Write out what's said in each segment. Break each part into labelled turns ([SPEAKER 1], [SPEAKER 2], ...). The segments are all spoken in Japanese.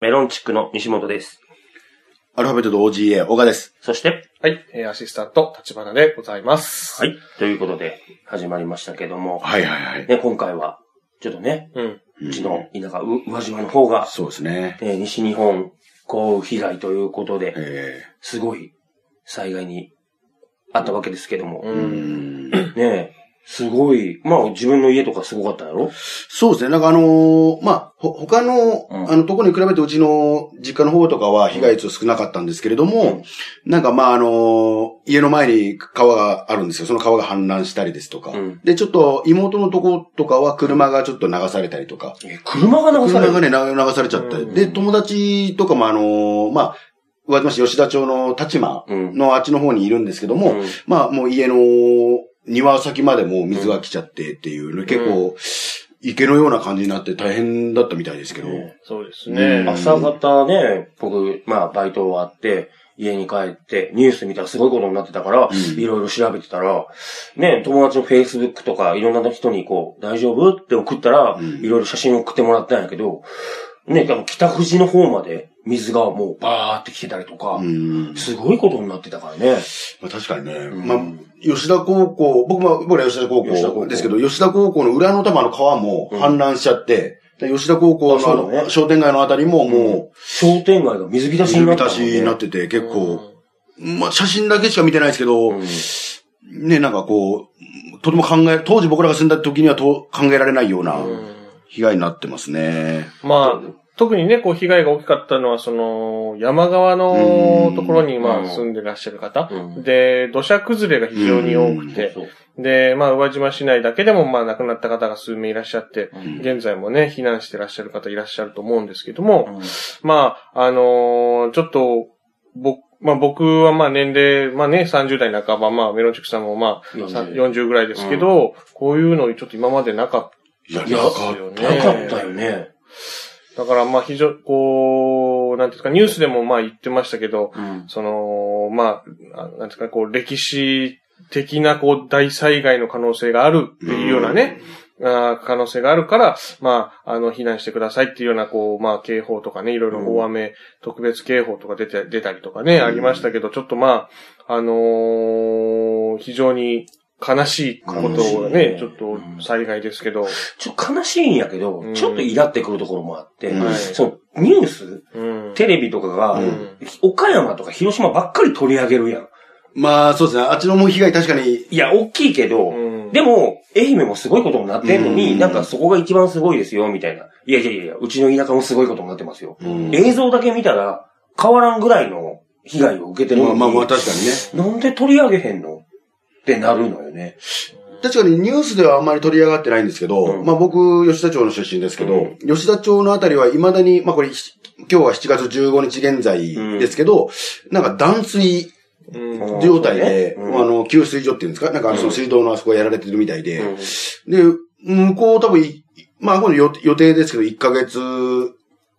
[SPEAKER 1] メロンチックの西本です。
[SPEAKER 2] アルファベットと OGA、小川です。
[SPEAKER 1] そして、
[SPEAKER 3] はい、えーアシスタント、立花でございます。
[SPEAKER 1] はい。ということで、始まりましたけども、
[SPEAKER 2] はいはいはい。
[SPEAKER 1] ね、今回は、ちょっとね、
[SPEAKER 3] うん。
[SPEAKER 1] うちの田舎、う宇和島の方が、
[SPEAKER 2] そうですね。
[SPEAKER 1] えー西日本豪雨被害ということで、
[SPEAKER 2] え
[SPEAKER 1] すごい災害にあったわけですけども、
[SPEAKER 3] う。
[SPEAKER 2] ー、うんん。
[SPEAKER 1] ねえ、すごい、まあ自分の家とかすごかったやろ
[SPEAKER 2] そうですね。なんかあのーまあ、ほ、他の、
[SPEAKER 1] うん
[SPEAKER 2] あの、とこに比べてうちの実家の方とかは被害率少なかったんですけれども、なんかまあ、あのー家の前に川があるんですよ。その川が氾濫したりですとか。
[SPEAKER 1] うん
[SPEAKER 2] で、ちょっと妹のとことかは車がちょっと流されたりとか。
[SPEAKER 1] え、車が流さ
[SPEAKER 2] 車
[SPEAKER 1] れる
[SPEAKER 2] がね、流流されちゃって。
[SPEAKER 3] うん
[SPEAKER 2] で、友達とかもあのーまあ、宇和島市吉田町の立間
[SPEAKER 1] うん。
[SPEAKER 2] のあっちの方にいるんですけども、
[SPEAKER 1] うん
[SPEAKER 2] まあもう家の庭先までもう水が来ちゃってっていう、結構池のような感じになって大変だったみたいですけど。
[SPEAKER 1] ね
[SPEAKER 3] そうです
[SPEAKER 2] うん
[SPEAKER 3] ね。
[SPEAKER 1] 朝方ね、僕、まあ、バイト終わって、家に帰って、ニュース見たらすごいことになってたから、
[SPEAKER 2] うん
[SPEAKER 1] いろいろ調べてたら、ね、友達の Facebook とか、いろんな人にこう、大丈夫って送ったら、
[SPEAKER 2] うん
[SPEAKER 1] いろいろ写真送ってもらったんやけど、ね、あの北富士の方まで水がもうバーって来てたりとか、
[SPEAKER 2] うん
[SPEAKER 1] すごいことになってたからね。
[SPEAKER 2] まあ、確かにね、
[SPEAKER 1] うん
[SPEAKER 2] まあ、吉田高校、僕も、僕ら吉田高
[SPEAKER 1] 吉田高校
[SPEAKER 2] 校ですけど、吉田高校の裏の玉の川も
[SPEAKER 1] うん
[SPEAKER 2] 氾濫しちゃって、で吉田高校のあ
[SPEAKER 1] あそうだ
[SPEAKER 2] の
[SPEAKER 1] ね
[SPEAKER 2] 商店街のあたりもも
[SPEAKER 1] 商店街が水
[SPEAKER 2] う、
[SPEAKER 1] 浸し
[SPEAKER 2] 水
[SPEAKER 1] になった
[SPEAKER 2] 浸
[SPEAKER 1] もん
[SPEAKER 2] し
[SPEAKER 1] ね、
[SPEAKER 2] になってて、結構、まあ、写真だけしか見てないですけど、
[SPEAKER 1] うん
[SPEAKER 2] ね、なんかこう、とても考え、当時僕らが住んだ時にはと考えられないような
[SPEAKER 3] うん。うん
[SPEAKER 2] 被害になってますね。
[SPEAKER 3] まあ、特にね、こう、被害が大きかったのは、その、山側
[SPEAKER 2] う
[SPEAKER 3] の
[SPEAKER 2] ん
[SPEAKER 3] ところに、
[SPEAKER 1] うん
[SPEAKER 3] まあ、住んでらっしゃる方。
[SPEAKER 1] うん
[SPEAKER 3] で、土砂崩れが非常に多くて、
[SPEAKER 1] そう
[SPEAKER 3] で、まあ、宇和島市内だけでも、まあ、亡くなった方が数名いらっしゃって、
[SPEAKER 1] うん
[SPEAKER 3] 現在もね、避難してらっしゃる方いらっしゃると思うんですけども、
[SPEAKER 1] うん
[SPEAKER 3] まあ、あのーちょっと、僕、まあ僕はまあ年齢、まあね、30代半ば、まあメロンチックさんもまあ
[SPEAKER 1] 40
[SPEAKER 3] さ40ぐらいですけど、こういうのちょっと今までなかっ
[SPEAKER 2] いや
[SPEAKER 1] いや
[SPEAKER 2] なかった
[SPEAKER 3] ね
[SPEAKER 1] なかったよね。
[SPEAKER 3] た。だからまあ非常、こう、なんていうんですか、ニュースでもまあ言ってましたけど、
[SPEAKER 1] うん
[SPEAKER 3] その、まあ、あなんていうんですか、こう歴史的なこう大災害の可能性があるっていうようなね、あー可能性があるから、まあ、あの、避難してくださいっていうような、こう、まあ、警報とかね、いろいろ大雨、特別警報とか出て、出たりとかね、
[SPEAKER 2] うん
[SPEAKER 3] ありましたけど、ちょっとまあ、あのー非常に悲しいことをね
[SPEAKER 1] 悲しいね、
[SPEAKER 3] ちょっ
[SPEAKER 1] うん
[SPEAKER 3] と災害ですけど、
[SPEAKER 1] ちょっと悲しいんやけど、
[SPEAKER 3] うん
[SPEAKER 1] ちょっとイラってくるところもあって、
[SPEAKER 2] はい
[SPEAKER 1] そのニュース、
[SPEAKER 3] うん。
[SPEAKER 1] テレビとかが、
[SPEAKER 3] うん
[SPEAKER 1] 岡山とか広島ばっかり取り上げるやん。
[SPEAKER 2] まあ、そうですね。あっちのも被害確かに、
[SPEAKER 1] いや、大きいけど、
[SPEAKER 3] うん
[SPEAKER 1] でも、愛媛もすごいことになってんのに、
[SPEAKER 2] うん
[SPEAKER 1] なんかそこが一番すごいですよ、みたいな。いやいやいやいや、うちの田舎もすごいことになってますよ。
[SPEAKER 2] うん
[SPEAKER 1] 映像だけ見たら、変わらんぐらいの被害を受けてるの
[SPEAKER 2] まあ
[SPEAKER 1] に、
[SPEAKER 2] まあまあ確かにね。
[SPEAKER 1] なんで取り上げへんのってなるのよね。
[SPEAKER 2] 確かにニュースではあんまり取り上がってないんですけど、
[SPEAKER 1] うん
[SPEAKER 2] まあ僕、吉田町の出身ですけど、
[SPEAKER 1] うん
[SPEAKER 2] 吉田町のあたりは未だに、まあこれ、ひ今日は7月15日現在ですけど、なんか断水
[SPEAKER 3] うん
[SPEAKER 2] 状態で、
[SPEAKER 1] うんうん
[SPEAKER 2] あの、給水所っていうんですかなんかあのその水道のあそこがやられてるみたいで、
[SPEAKER 1] うん
[SPEAKER 2] で、向こう多分い、まあ、この予予定ですけど、1ヶ月、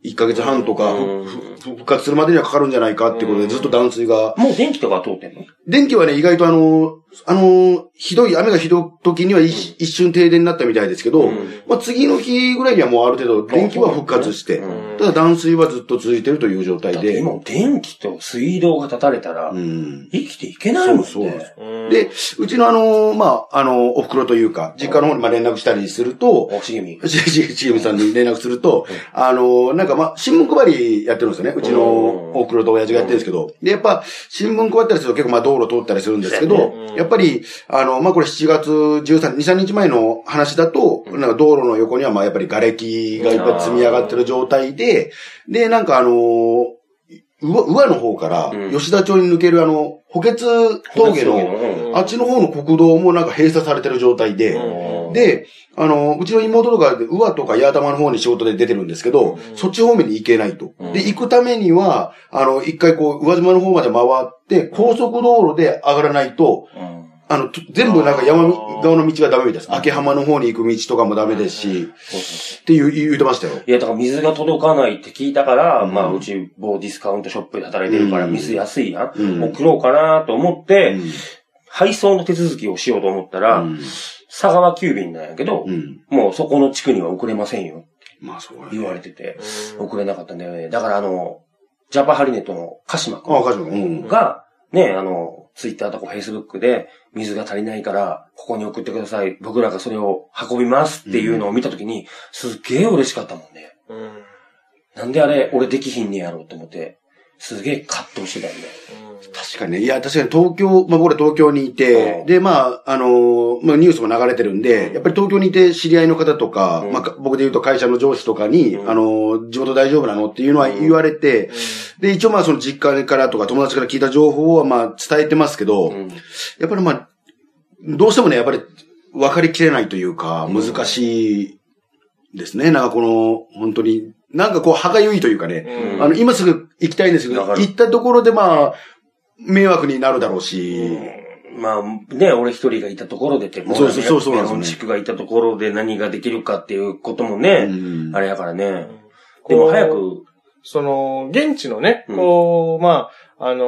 [SPEAKER 2] 1ヶ月半とか、
[SPEAKER 1] うん
[SPEAKER 2] ふふ復活するまでにはかかるんじゃないかってこと
[SPEAKER 3] う
[SPEAKER 2] で、
[SPEAKER 3] ん
[SPEAKER 2] ずっと断水が。
[SPEAKER 1] もう電気とか通ってんの
[SPEAKER 2] 電気はね、意外とあの、あの、ひどい、雨がひどい時には一一瞬停電になったみたいですけど、
[SPEAKER 1] うん
[SPEAKER 2] まあ、次の日ぐらいにはもうある程度電気は復活して、
[SPEAKER 1] うん
[SPEAKER 2] ただ断水はずっと続いてるという状態
[SPEAKER 1] だって
[SPEAKER 2] で、
[SPEAKER 1] 今電気と水道が断たれたら、
[SPEAKER 2] うん。
[SPEAKER 1] 生きていけないもんね。
[SPEAKER 2] そうそうなんですよ
[SPEAKER 3] うん
[SPEAKER 2] で、うちのあの、まあ、あの、お袋というか、実家の方にまあ連絡したりすると、
[SPEAKER 1] おしげみ。
[SPEAKER 2] チームさんに連絡すると、あの、なんかまあ、新聞配りやってるんですよね。うちの
[SPEAKER 1] うん
[SPEAKER 2] 大黒と親父がやってるんですけど。で、やっぱ、新聞配ったりすると結構まあ道路通ったりするんですけど
[SPEAKER 3] そうやねう、ん
[SPEAKER 2] やっぱり、あの、まあこれ7月13、2、3日前の話だと、なんか道路の横にはまあやっぱり瓦礫がいっぱい積み上がってる状態で、で、なんかあの、うわ、うわの方から
[SPEAKER 1] うん、
[SPEAKER 2] 吉田町に抜けるあの、補欠峠の、
[SPEAKER 1] の
[SPEAKER 2] あっちの方の国道もなんか閉鎖されてる状態で、
[SPEAKER 3] うん
[SPEAKER 2] で、あの、うちの妹とか、うわとか八玉の方に仕事で出てるんですけど、
[SPEAKER 3] うん
[SPEAKER 2] そっち方面に行けないと。
[SPEAKER 1] うん
[SPEAKER 2] で、行くためには、あの、一回こう、宇和島の方まで回って、高速道路で上がらないと、
[SPEAKER 1] うん
[SPEAKER 2] あの、と全部なんか山み
[SPEAKER 3] あー
[SPEAKER 2] 側の道がダメみたいです。
[SPEAKER 1] うん
[SPEAKER 2] 秋浜の方に行く道とかもダメですし、
[SPEAKER 1] そうそう
[SPEAKER 2] っていう、言ってましたよ。
[SPEAKER 1] いや、だから水が届かないって聞いたから、
[SPEAKER 2] うん
[SPEAKER 1] まあ、うち某ディスカウントショップで働いてるから
[SPEAKER 2] うん
[SPEAKER 1] 水安いや。
[SPEAKER 2] うんん
[SPEAKER 1] 送ろうかなと思って、
[SPEAKER 2] うん
[SPEAKER 1] 配送の手続きをしようと思ったら、
[SPEAKER 2] うん
[SPEAKER 1] 佐川急便なんやけど、
[SPEAKER 2] うん
[SPEAKER 1] もうそこの地区には送れませんよ。
[SPEAKER 2] まあそうやね
[SPEAKER 1] 言われてて、
[SPEAKER 3] うん
[SPEAKER 1] 送れなかったんだよね。だからあの、ジャパハリネットの鹿島君
[SPEAKER 2] ああ、カジマうん。
[SPEAKER 1] が、ね、あの、ツイッターとかフェイスブックで、水が足りないから、ここに送ってください。僕らがそれを運びますっていうのを見たときに、すっげえ嬉しかったもんね。
[SPEAKER 3] うんうん
[SPEAKER 1] なんであれ、俺できひんねやろうと思って、すげえ葛藤してたよね。
[SPEAKER 2] 確かにね。いや、確かに東京、まあ僕ら東京にいて
[SPEAKER 1] う、ん
[SPEAKER 2] で、まあ、あのーまあニュースも流れてるんで、やっぱり東京にいて知り合いの方とか、
[SPEAKER 1] うん
[SPEAKER 2] まあか僕で言うと会社の上司とかに、
[SPEAKER 1] うん
[SPEAKER 2] あのー地元大丈夫なのっていうのは
[SPEAKER 1] うん
[SPEAKER 2] 言われて、で、一応まあその実家からとか友達から聞いた情報はまあ伝えてますけど、
[SPEAKER 1] うん。
[SPEAKER 2] やっぱりまあ、どうしてもね、やっぱり分かりきれないというか、難しいですね。なんかこの、本当に、なんかこう歯がゆいというかね、
[SPEAKER 3] うん
[SPEAKER 2] あの、今すぐ行きたいんですけど、
[SPEAKER 1] わかる
[SPEAKER 2] 行ったところでまあ、迷惑になるだろうし、
[SPEAKER 1] まあ、ね、俺一人がいたところでって、も
[SPEAKER 2] そうそうそうそうな
[SPEAKER 1] メ
[SPEAKER 2] んです
[SPEAKER 1] ロ
[SPEAKER 2] よね
[SPEAKER 1] ンチックがいたところで何ができるかっていうこともね、
[SPEAKER 2] うん
[SPEAKER 1] あれやからね。
[SPEAKER 3] こ
[SPEAKER 1] で
[SPEAKER 3] う
[SPEAKER 1] も早く、
[SPEAKER 3] その、現地のね、
[SPEAKER 1] うん
[SPEAKER 3] こう、まあ、あの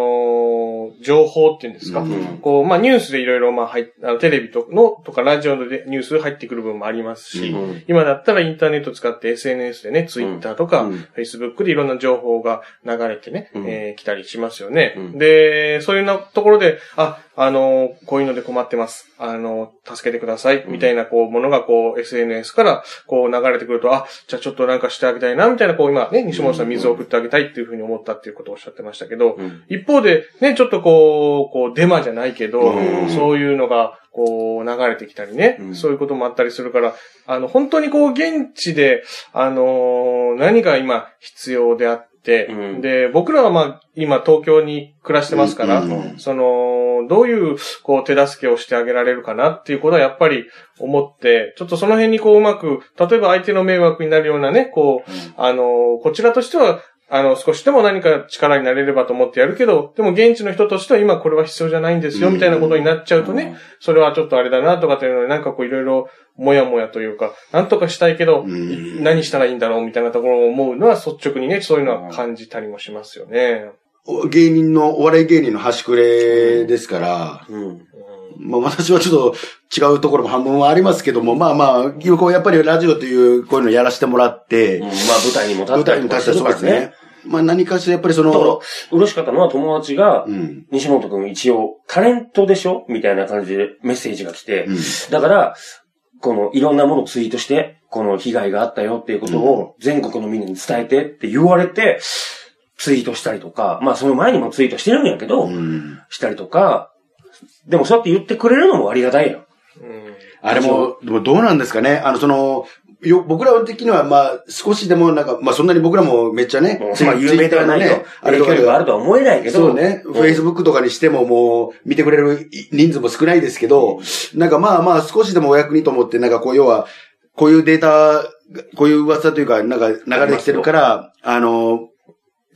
[SPEAKER 3] ー情報っていうんですか。
[SPEAKER 2] うん
[SPEAKER 3] こう、まあ、ニュースでいろいろ、まあ、入っあのテレビとの、とか、ラジオでニュース入ってくる部分もありますし、
[SPEAKER 2] うん
[SPEAKER 3] 今だったらインターネット使って SNS でね、ツイッターとか、
[SPEAKER 1] うん
[SPEAKER 3] フェイスブックでいろんな情報が流れてね、
[SPEAKER 1] うん
[SPEAKER 3] えー来たりしますよね。
[SPEAKER 1] うん
[SPEAKER 3] で、そういうなところで、あ、あのーこういうので困ってます。あのー助けてください。
[SPEAKER 1] うん
[SPEAKER 3] みたいな、こう、ものが、こう、SNS から、こう、流れてくると、あ、じゃあちょっとなんかしてあげたいな、みたいな、こう、今ね、西本さん水を送ってあげたいっていうふうに思ったっていうことをおっしゃってましたけど、
[SPEAKER 1] うん
[SPEAKER 3] 一方で、ね、ちょっとこう、こう、デマじゃないけど
[SPEAKER 2] うん、
[SPEAKER 3] そういうのが、こう、流れてきたりね
[SPEAKER 1] う、ん
[SPEAKER 3] そういうこともあったりするから、あの、本当にこう、現地で、あのー何が今必要であって
[SPEAKER 1] う、ん
[SPEAKER 3] で、僕らはまあ、今東京に暮らしてますか
[SPEAKER 2] う
[SPEAKER 3] ら
[SPEAKER 2] んうん、
[SPEAKER 3] その、どういう、こう、手助けをしてあげられるかなっていうことはやっぱり思って、ちょっとその辺にこう、うまく、例えば相手の迷惑になるようなね、こう、あの、こちらとしては、あの、少しでも何か力になれればと思ってやるけど、でも現地の人としては今これは必要じゃないんですよ、
[SPEAKER 2] うん
[SPEAKER 3] みたいなことになっちゃうとね、それはちょっとあれだなとかというので、なんかこういろいろもやもやというか、なんとかしたいけど、
[SPEAKER 2] うん
[SPEAKER 3] 何したらいいんだろうみたいなところを思うのは率直にね、そういうのは感じたりもしますよね。
[SPEAKER 2] 芸人の、お笑い芸人の端くれですから、
[SPEAKER 1] うん。
[SPEAKER 2] まあ私はちょっと違うところも半分はありますけども、まあまあ、こうやっぱりラジオという、こういうのやらせてもらって、
[SPEAKER 1] まあ舞台にも立
[SPEAKER 2] 舞
[SPEAKER 1] った
[SPEAKER 2] 台
[SPEAKER 1] り
[SPEAKER 2] に
[SPEAKER 1] と
[SPEAKER 2] 立
[SPEAKER 1] か
[SPEAKER 2] っ
[SPEAKER 1] したてる
[SPEAKER 2] り
[SPEAKER 1] か
[SPEAKER 2] とからです
[SPEAKER 1] ね
[SPEAKER 2] ね。。まあ何かしらやっぱりその、
[SPEAKER 1] だから、嬉しかったのは友達が
[SPEAKER 2] う、ん。
[SPEAKER 1] 西本くん一応タレントでしょみたいな感じでメッセージが来て
[SPEAKER 2] う、ん
[SPEAKER 1] だから、このいろんなものをツイートして、この被害があったよっていうことを全国のみんなに伝えてって言われて、ツイートしたりとか、まあその前にもツイートしてるんやけど、
[SPEAKER 2] うん
[SPEAKER 1] したりとか、でもそうやって言ってくれるのもありがたいやん。
[SPEAKER 3] うん
[SPEAKER 2] あれも、でもどうなんですかねあの、その、よ、僕ら的には、まあ、少しでも、なんか、まあ、そんなに僕らもめっちゃね、
[SPEAKER 1] まあ有名ではないよ。
[SPEAKER 2] あ
[SPEAKER 1] 影
[SPEAKER 2] れと
[SPEAKER 1] 響
[SPEAKER 2] かで
[SPEAKER 1] 力があるとは思えないけど、
[SPEAKER 2] そうね。フェイスブックとかにしてももう、見てくれる人数も少ないですけど、なんかまあまあ少しでもお役にと思って、なんかこう、要は、こういうデータ、こういう噂というか、なんか流れてきてるから、あの、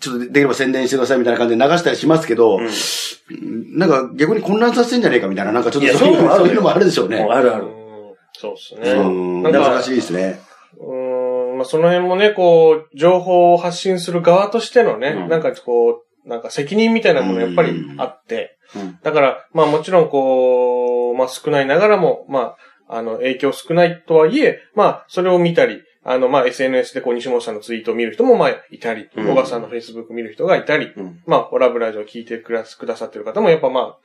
[SPEAKER 2] ちょっとできれば宣伝してくださいみたいな感じで流したりしますけど、なんか逆に混乱させてんじゃねえかみたいな、なんかちょっ
[SPEAKER 1] い
[SPEAKER 2] と
[SPEAKER 1] や
[SPEAKER 2] そういう
[SPEAKER 1] そういうのもある
[SPEAKER 2] そういうのもあるでしょうね
[SPEAKER 1] もう。あるあ
[SPEAKER 3] う
[SPEAKER 1] る。
[SPEAKER 3] んそうですね。
[SPEAKER 2] うん、
[SPEAKER 3] なんか
[SPEAKER 2] 難しいですね。
[SPEAKER 3] うーん、まあ、その辺もね、こう、情報を発信する側としてのね、
[SPEAKER 1] うん
[SPEAKER 3] なんかこう、なんか責任みたいなものやっぱりあって、だから、まあもちろんこう、まあ少ないながらも、まあ、あの、影響少ないとはいえ、まあ、それを見たり、あの、まあ、SNS でこう、西本さんのツイートを見る人も、まあ、いたり、
[SPEAKER 1] うん
[SPEAKER 3] 小川さんの Facebook 見る人がいたり、
[SPEAKER 1] うん。
[SPEAKER 3] まあ、オラブラジオを聞いてくだくださってる方も、やっぱまあ、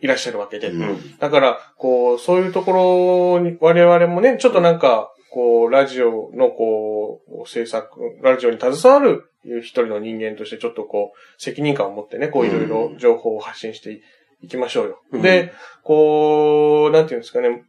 [SPEAKER 3] いらっしゃるわけで、
[SPEAKER 2] うん
[SPEAKER 1] うん。
[SPEAKER 3] だから、こう、そういうところに、我々もね、ちょっとなんか、こう、ラジオの、こう、制作、ラジオに携わる一人の人間として、ちょっとこう、責任感を持ってね、こう、いろいろ情報を発信していいきましょうよ。
[SPEAKER 1] うん
[SPEAKER 3] で、こう、なんていうんですかね、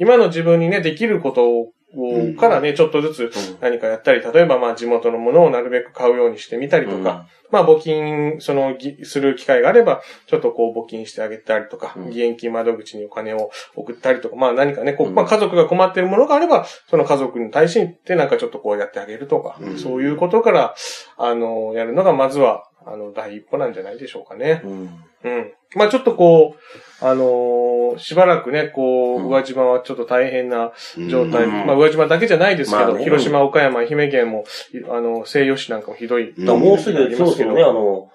[SPEAKER 3] 今の自分にね、できることを、
[SPEAKER 2] うん
[SPEAKER 3] からね、ちょっとずつ何かやったり、例えばまあ地元のものをなるべく買うようにしてみたりとか、まあ、募金、その、ぎする機会があれば、ちょっとこう、募金してあげたりとか、
[SPEAKER 1] うん
[SPEAKER 3] 義援金窓口にお金を送ったりとか、まあ、何かね、こう、
[SPEAKER 1] うん
[SPEAKER 3] まあ、家族が困っているものがあれば、その家族に対して、なんかちょっとこうやってあげるとか、
[SPEAKER 2] うん
[SPEAKER 3] そういうことから、あの、やるのが、まずは、あの、第一歩なんじゃないでしょうかね。
[SPEAKER 1] うん。
[SPEAKER 3] うん。まあ、ちょっとこう、あのーしばらくね、こう、
[SPEAKER 1] うん
[SPEAKER 3] 宇和島はちょっと大変な状態。
[SPEAKER 1] うん
[SPEAKER 3] まあ、宇和島だけじゃないですけど、
[SPEAKER 1] まあね
[SPEAKER 3] 広島、岡山、愛媛県も、いあの、西予市なんかもひどい。
[SPEAKER 2] う
[SPEAKER 1] だ
[SPEAKER 2] ん
[SPEAKER 1] からもうす
[SPEAKER 3] あり
[SPEAKER 1] ぐ、
[SPEAKER 3] ま
[SPEAKER 1] そう
[SPEAKER 3] すけ
[SPEAKER 1] そ
[SPEAKER 3] ど
[SPEAKER 1] うね、あの、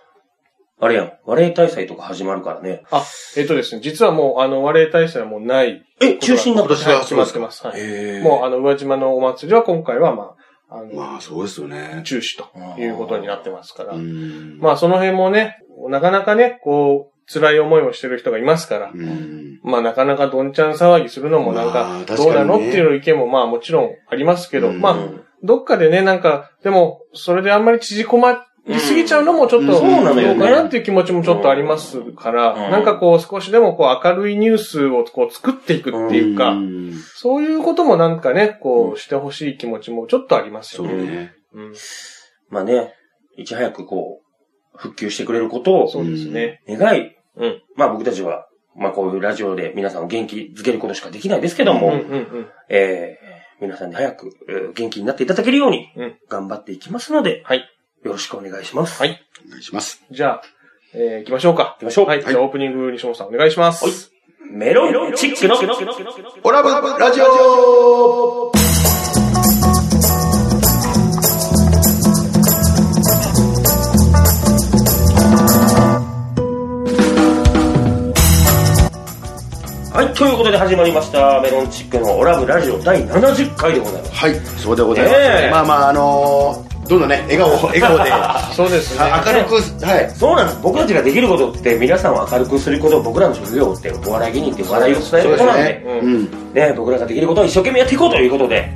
[SPEAKER 1] あれやん、和礼大祭とか始まるからね。
[SPEAKER 3] えっとですね、実はもう、あの、和礼大祭はもうない。
[SPEAKER 1] え、中心だ
[SPEAKER 2] 今
[SPEAKER 1] った
[SPEAKER 2] 年は
[SPEAKER 3] 決
[SPEAKER 2] そう
[SPEAKER 3] ま
[SPEAKER 2] で
[SPEAKER 3] っ
[SPEAKER 2] す
[SPEAKER 3] て
[SPEAKER 2] か。
[SPEAKER 3] ます。はい。
[SPEAKER 1] へー
[SPEAKER 3] もう、あの、宇和島のお祭りは今回は、まあの、
[SPEAKER 2] まあ、そうですよね。
[SPEAKER 3] 中止ということになってますから
[SPEAKER 2] う。ん。
[SPEAKER 3] まあ、その辺もね、なかなかね、こう、辛い思いをしてる人がいますから、
[SPEAKER 2] うん。
[SPEAKER 3] まあ、なかなかどんちゃん騒ぎするのもなん
[SPEAKER 2] まあ
[SPEAKER 3] か、
[SPEAKER 2] 確かにね
[SPEAKER 3] どうなのっていう意見もまあ、もちろんありますけど、
[SPEAKER 2] うん
[SPEAKER 3] まあ、どっかでね、なんか、でも、それであんまり縮こまりすぎちゃうのもちょっと、
[SPEAKER 2] うんそうなのよ
[SPEAKER 3] ど
[SPEAKER 2] ね
[SPEAKER 3] うかなっていう気持ちもちょっとありますから、
[SPEAKER 1] うん
[SPEAKER 3] なんかこう、少しでもこう、明るいニュースをこう、作っていくっていうか、
[SPEAKER 2] ん
[SPEAKER 3] そういうこともなんかね、こう、してほしい気持ちもちょっとあります
[SPEAKER 2] そ
[SPEAKER 3] よ
[SPEAKER 2] う
[SPEAKER 3] ね。
[SPEAKER 2] ね。
[SPEAKER 3] うん
[SPEAKER 1] まあね、いち早くこう、復旧してくれることを
[SPEAKER 3] そうですね。
[SPEAKER 1] 願い、
[SPEAKER 3] うん
[SPEAKER 1] まあ僕たちは、まあこういうラジオで皆さんを元気づけることしかできないですけど
[SPEAKER 3] う
[SPEAKER 1] も、
[SPEAKER 3] んうんうん。
[SPEAKER 1] えー皆さんに早く、えー元気になっていただけるように
[SPEAKER 3] うん、
[SPEAKER 1] 頑張っていきますので、
[SPEAKER 3] はい
[SPEAKER 1] よろしくお願いします。
[SPEAKER 3] はい
[SPEAKER 2] お願いします。
[SPEAKER 3] じゃあ、えー、行きましょうか
[SPEAKER 1] 行。きましょう。
[SPEAKER 3] はい、じゃあオープニング、西本さんお願いします。
[SPEAKER 1] メロンチックの、
[SPEAKER 2] オラブラジオ
[SPEAKER 1] はい、ということで始まりました、メロンチックのオラブラジオ第70回でございます。
[SPEAKER 2] はい、そうでございま
[SPEAKER 1] ねえ
[SPEAKER 2] す。まあまあ、あのー、どんどんね、笑顔 を、笑顔で、あ
[SPEAKER 3] そうですね。
[SPEAKER 2] 明るく、はい。
[SPEAKER 1] そうなんです。僕たちができることって、皆さんを明るくすること、僕らの職業って、お笑い芸人って笑いを伝えることなんで、
[SPEAKER 2] ね。うん。
[SPEAKER 1] ね、僕らができることを一生懸命やっていこうということで、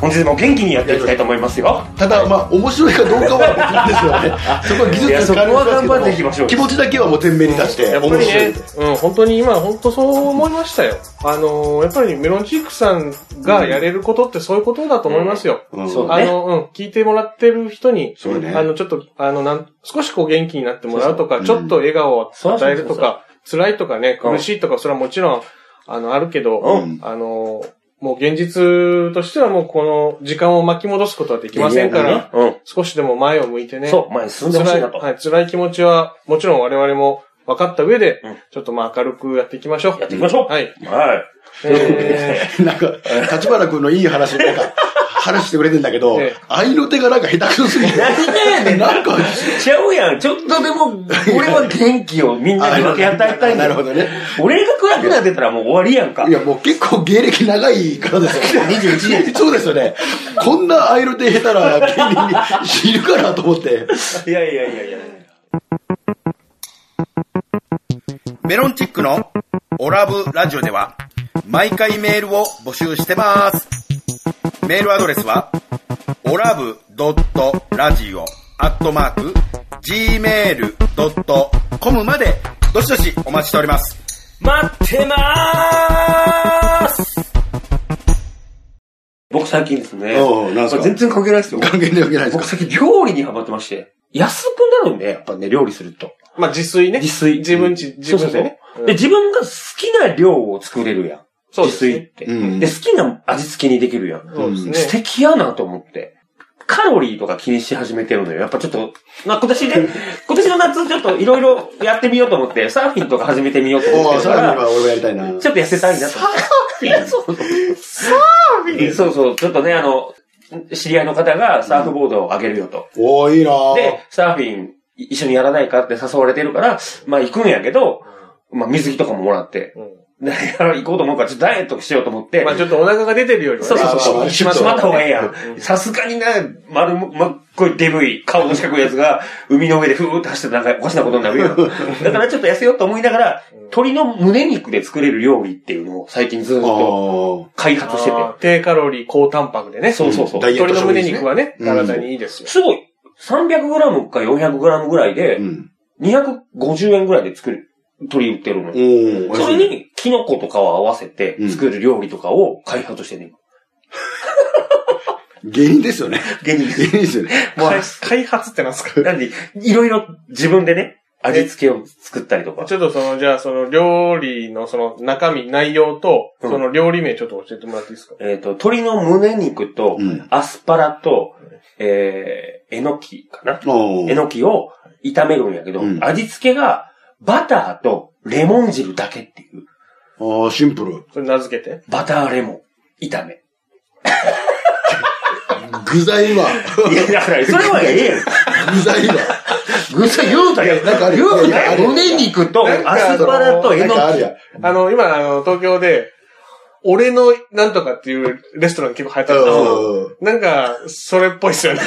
[SPEAKER 1] 本日も元気にやっていきたいと思いますよ。
[SPEAKER 2] ただ、まあ、面白いかどうか は別ですよね。そこは技
[SPEAKER 1] いやそ
[SPEAKER 2] 術
[SPEAKER 1] こ
[SPEAKER 2] に
[SPEAKER 1] は
[SPEAKER 2] 関し
[SPEAKER 1] 頑
[SPEAKER 2] て
[SPEAKER 1] 張っていきましょう
[SPEAKER 2] 気持ちだけはもう天命に出して、
[SPEAKER 3] やっぱ
[SPEAKER 2] 面
[SPEAKER 3] り
[SPEAKER 2] 白い
[SPEAKER 3] ね。、うん、本当に今、本当そう思いましたよ。あのー、やっぱりメロンチックさんがやれることってそういうことだと思いますよ。
[SPEAKER 2] うん
[SPEAKER 1] そう
[SPEAKER 3] あの、うん、聞いてもらってる人に、
[SPEAKER 2] そうね。
[SPEAKER 3] あの、ちょっと、あの、なん、少しこう元気になってもらうとか、
[SPEAKER 2] そうそう
[SPEAKER 3] ちょっと笑顔を与える
[SPEAKER 1] そうそうそ
[SPEAKER 3] と
[SPEAKER 1] うそ
[SPEAKER 3] か、辛いとかね、
[SPEAKER 1] うん
[SPEAKER 3] 苦しいとか、それはもちろん、あの、あるけど、
[SPEAKER 2] うん
[SPEAKER 3] あの、もう現実としてはもうこの時間を巻き戻すことはできませんから、
[SPEAKER 1] ね、うん。
[SPEAKER 3] 少しでも前を向いてね、
[SPEAKER 1] そう、前に進んでほし
[SPEAKER 3] 辛
[SPEAKER 1] い
[SPEAKER 3] い、
[SPEAKER 1] なと。
[SPEAKER 3] はい、辛い気持ちは、もちろん我々も分かった上で、
[SPEAKER 1] うん
[SPEAKER 3] ちょっとまあ明るくやっていきましょう。
[SPEAKER 1] やっていきましょう。
[SPEAKER 3] はい。
[SPEAKER 1] はい。
[SPEAKER 3] え
[SPEAKER 2] なんか、立花君のいい話で、なんか、話してくれてんだけど
[SPEAKER 3] ええ、
[SPEAKER 2] 愛の手がなんか下手くそすぎて。
[SPEAKER 1] 何がやねん
[SPEAKER 2] なんか、
[SPEAKER 1] ちゃうやん。ちょっとでも、俺は元気をみんなに分け与えたいんだ
[SPEAKER 2] なる
[SPEAKER 1] よ
[SPEAKER 2] ほ。どね。
[SPEAKER 1] 俺が暗くなってたらもう終わりやんか
[SPEAKER 2] い。や、もう結構芸歴長いからですよ。
[SPEAKER 1] 21年。
[SPEAKER 2] そうですよね。こんな愛の手下手な芸人にいるかなと思って。
[SPEAKER 1] いやいやいやいや。
[SPEAKER 4] メロンチックのオラブラジオでは毎回メールを募集してます。メールアドレスはオラブドットラジオアットマーク gmail.com までどしどしお待ちしております。
[SPEAKER 1] 待ってまーす僕最近ですね。
[SPEAKER 2] おうおうなんですか
[SPEAKER 1] これ全然関係ないですよ。
[SPEAKER 2] 関係ないわけないです
[SPEAKER 1] 僕
[SPEAKER 2] か。
[SPEAKER 1] 最近料理にハマってまして。安くなるんで、やっぱね、料理すると。
[SPEAKER 3] ー、まあ自炊ね。
[SPEAKER 1] 自炊
[SPEAKER 3] 自分ち、自分でね。
[SPEAKER 1] そうそうそうで、自分が好きな量を作れるやん。
[SPEAKER 3] そうで
[SPEAKER 1] 自
[SPEAKER 3] すね
[SPEAKER 1] 炊って。
[SPEAKER 2] うん
[SPEAKER 1] で、好きな味付けにできるやん。
[SPEAKER 3] そうですね。
[SPEAKER 1] 素敵やなと思って。カロリーとか気にし始めてるのよ。やっぱちょっと、まあ、今年ね、今年の夏ちょっといろいろやってみようと思って、サーフィンとか始めてみようと思っ
[SPEAKER 2] お
[SPEAKER 1] て
[SPEAKER 2] お、
[SPEAKER 1] る
[SPEAKER 2] さ
[SPEAKER 1] から
[SPEAKER 2] に
[SPEAKER 1] ら、
[SPEAKER 2] は俺もやりたいな。
[SPEAKER 1] ちょっと痩せたいなと。サーフィンサーフィンそうそう、ちょっとね、あの、知り合いの方がサーフボードをあげるよと。
[SPEAKER 2] おお、いいな
[SPEAKER 1] で、サーフィンい一緒にやらないかって誘われてるから、まあ行くんやけど、まあ水着とかももらって、
[SPEAKER 3] うん
[SPEAKER 1] で行こうと思うから、ちょっとダイエットしようと思って、
[SPEAKER 3] まあちょっとお腹が出てるよりはね。
[SPEAKER 1] そうそう
[SPEAKER 2] まあま
[SPEAKER 1] そ
[SPEAKER 2] あ
[SPEAKER 1] う。
[SPEAKER 2] まあ
[SPEAKER 1] しまった方がええや
[SPEAKER 3] うん
[SPEAKER 1] ん。さすがにね、丸も、まっこいデブい、顔の四角いやつが、海の上でふーって走ってたらなんかおかしなことになるよ。だからちょっと痩せようと思いながら、鶏の胸肉で作れる料理っていうのを最近ずっと
[SPEAKER 2] おー
[SPEAKER 1] 開発してて。
[SPEAKER 3] あー低カロリー、高タンパクでね。
[SPEAKER 1] そうそうそう
[SPEAKER 2] ダ。イエット
[SPEAKER 3] 鶏
[SPEAKER 2] 食
[SPEAKER 3] の胸
[SPEAKER 2] ですね
[SPEAKER 3] 肉はね、
[SPEAKER 2] うん
[SPEAKER 3] 体にいいですよ。
[SPEAKER 1] すごい !300g か 400g ぐらいで
[SPEAKER 2] う、ん。
[SPEAKER 1] 250円ぐらいで作る、鶏売ってるのよ
[SPEAKER 2] おーおや
[SPEAKER 1] そ
[SPEAKER 2] す
[SPEAKER 1] れ
[SPEAKER 2] み
[SPEAKER 1] に、キノコとかを合わせて
[SPEAKER 2] うん
[SPEAKER 1] 作る料理とかを開発してね。
[SPEAKER 2] 芸人ですよね。
[SPEAKER 1] 芸人
[SPEAKER 2] 芸人ですよね。
[SPEAKER 1] もう
[SPEAKER 3] 開開発ってなんですか
[SPEAKER 1] なんで、いろいろ自分でね、味付けを作ったりとか。
[SPEAKER 3] ちょっとその、じゃあその料理のその中身、内容と、
[SPEAKER 1] うん
[SPEAKER 3] その料理名ちょっと教えてもらっていいですか
[SPEAKER 1] えっ、と、鶏の胸肉と、
[SPEAKER 2] うん。
[SPEAKER 1] アスパラと、えー、えのきかな。
[SPEAKER 2] お
[SPEAKER 1] え
[SPEAKER 2] ー
[SPEAKER 1] のきを炒めるんやけど、
[SPEAKER 2] うん
[SPEAKER 1] 味付けが、バターとレモン汁だけっていう。
[SPEAKER 2] おーシンプル。
[SPEAKER 3] それ名付けて。
[SPEAKER 1] バターレモン炒め。
[SPEAKER 2] 具材は、
[SPEAKER 1] いや、だから、それはええやん。
[SPEAKER 2] 具材は。
[SPEAKER 1] ぐっさり言うたやん。
[SPEAKER 2] なんかある
[SPEAKER 1] 言うた
[SPEAKER 2] いや
[SPEAKER 1] や
[SPEAKER 2] いやあ
[SPEAKER 1] ん。
[SPEAKER 2] る
[SPEAKER 1] 胸肉と
[SPEAKER 3] なんか
[SPEAKER 1] アスパラとえ
[SPEAKER 2] なん
[SPEAKER 1] の
[SPEAKER 2] かあるやん。
[SPEAKER 3] あの、今、あの、東京で、俺のなんとかっていうレストラン結構流行ったんですよ。
[SPEAKER 2] うん
[SPEAKER 3] なんか、それっぽいっすよね。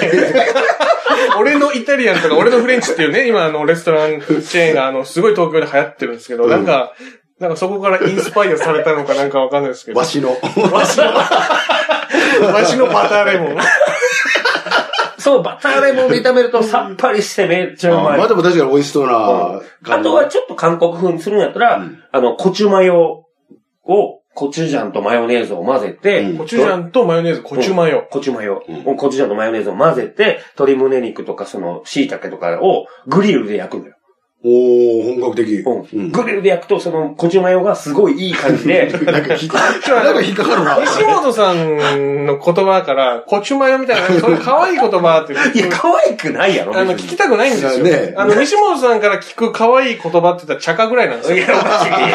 [SPEAKER 3] 俺のイタリアンとか、俺のフレンチっていうね、今あの、レストランチェーンが、あの、すごい東京で流行ってるんですけど、なんか、なんかそこからインスパイアされたのかなんかわかんないですけど。
[SPEAKER 2] わしの。
[SPEAKER 3] わしの、わしのバターレモン。
[SPEAKER 1] そう、バターレモンで炒めるとさっぱりしてめっちゃうまい。
[SPEAKER 2] まあでも確かに美味しそうな
[SPEAKER 1] あ
[SPEAKER 2] 感じ。
[SPEAKER 1] とはちょっと韓国風にするんやったら、
[SPEAKER 2] うん
[SPEAKER 1] あの、コチュマヨを、コチュジャンとマヨネーズを混ぜて、
[SPEAKER 2] うん
[SPEAKER 3] コチュジャンとマヨネーズ、コチュマヨ。
[SPEAKER 1] コチュマヨ、
[SPEAKER 2] う
[SPEAKER 1] コチュジャンとマヨネーズを混ぜて、鶏胸肉とかその椎茸とかをグリルで焼くのよ。
[SPEAKER 2] おー、本格的。
[SPEAKER 1] う
[SPEAKER 2] うんん
[SPEAKER 1] グリルで焼くとそのコチュマヨがすごいいい感じで、
[SPEAKER 2] なんか引っなんか引っかかるな。
[SPEAKER 3] 西本さんの言葉から、コチュマヨみたいな、そういう可愛い言葉って、
[SPEAKER 1] いや、可愛くないやろ。
[SPEAKER 3] あの、
[SPEAKER 1] 別
[SPEAKER 3] 聞
[SPEAKER 1] に
[SPEAKER 3] きたくないんですよ。
[SPEAKER 2] ね
[SPEAKER 3] あの、西本さんから聞く可愛い言葉って言ったら、チャカぐらいなんです
[SPEAKER 1] い
[SPEAKER 3] よ。
[SPEAKER 1] や、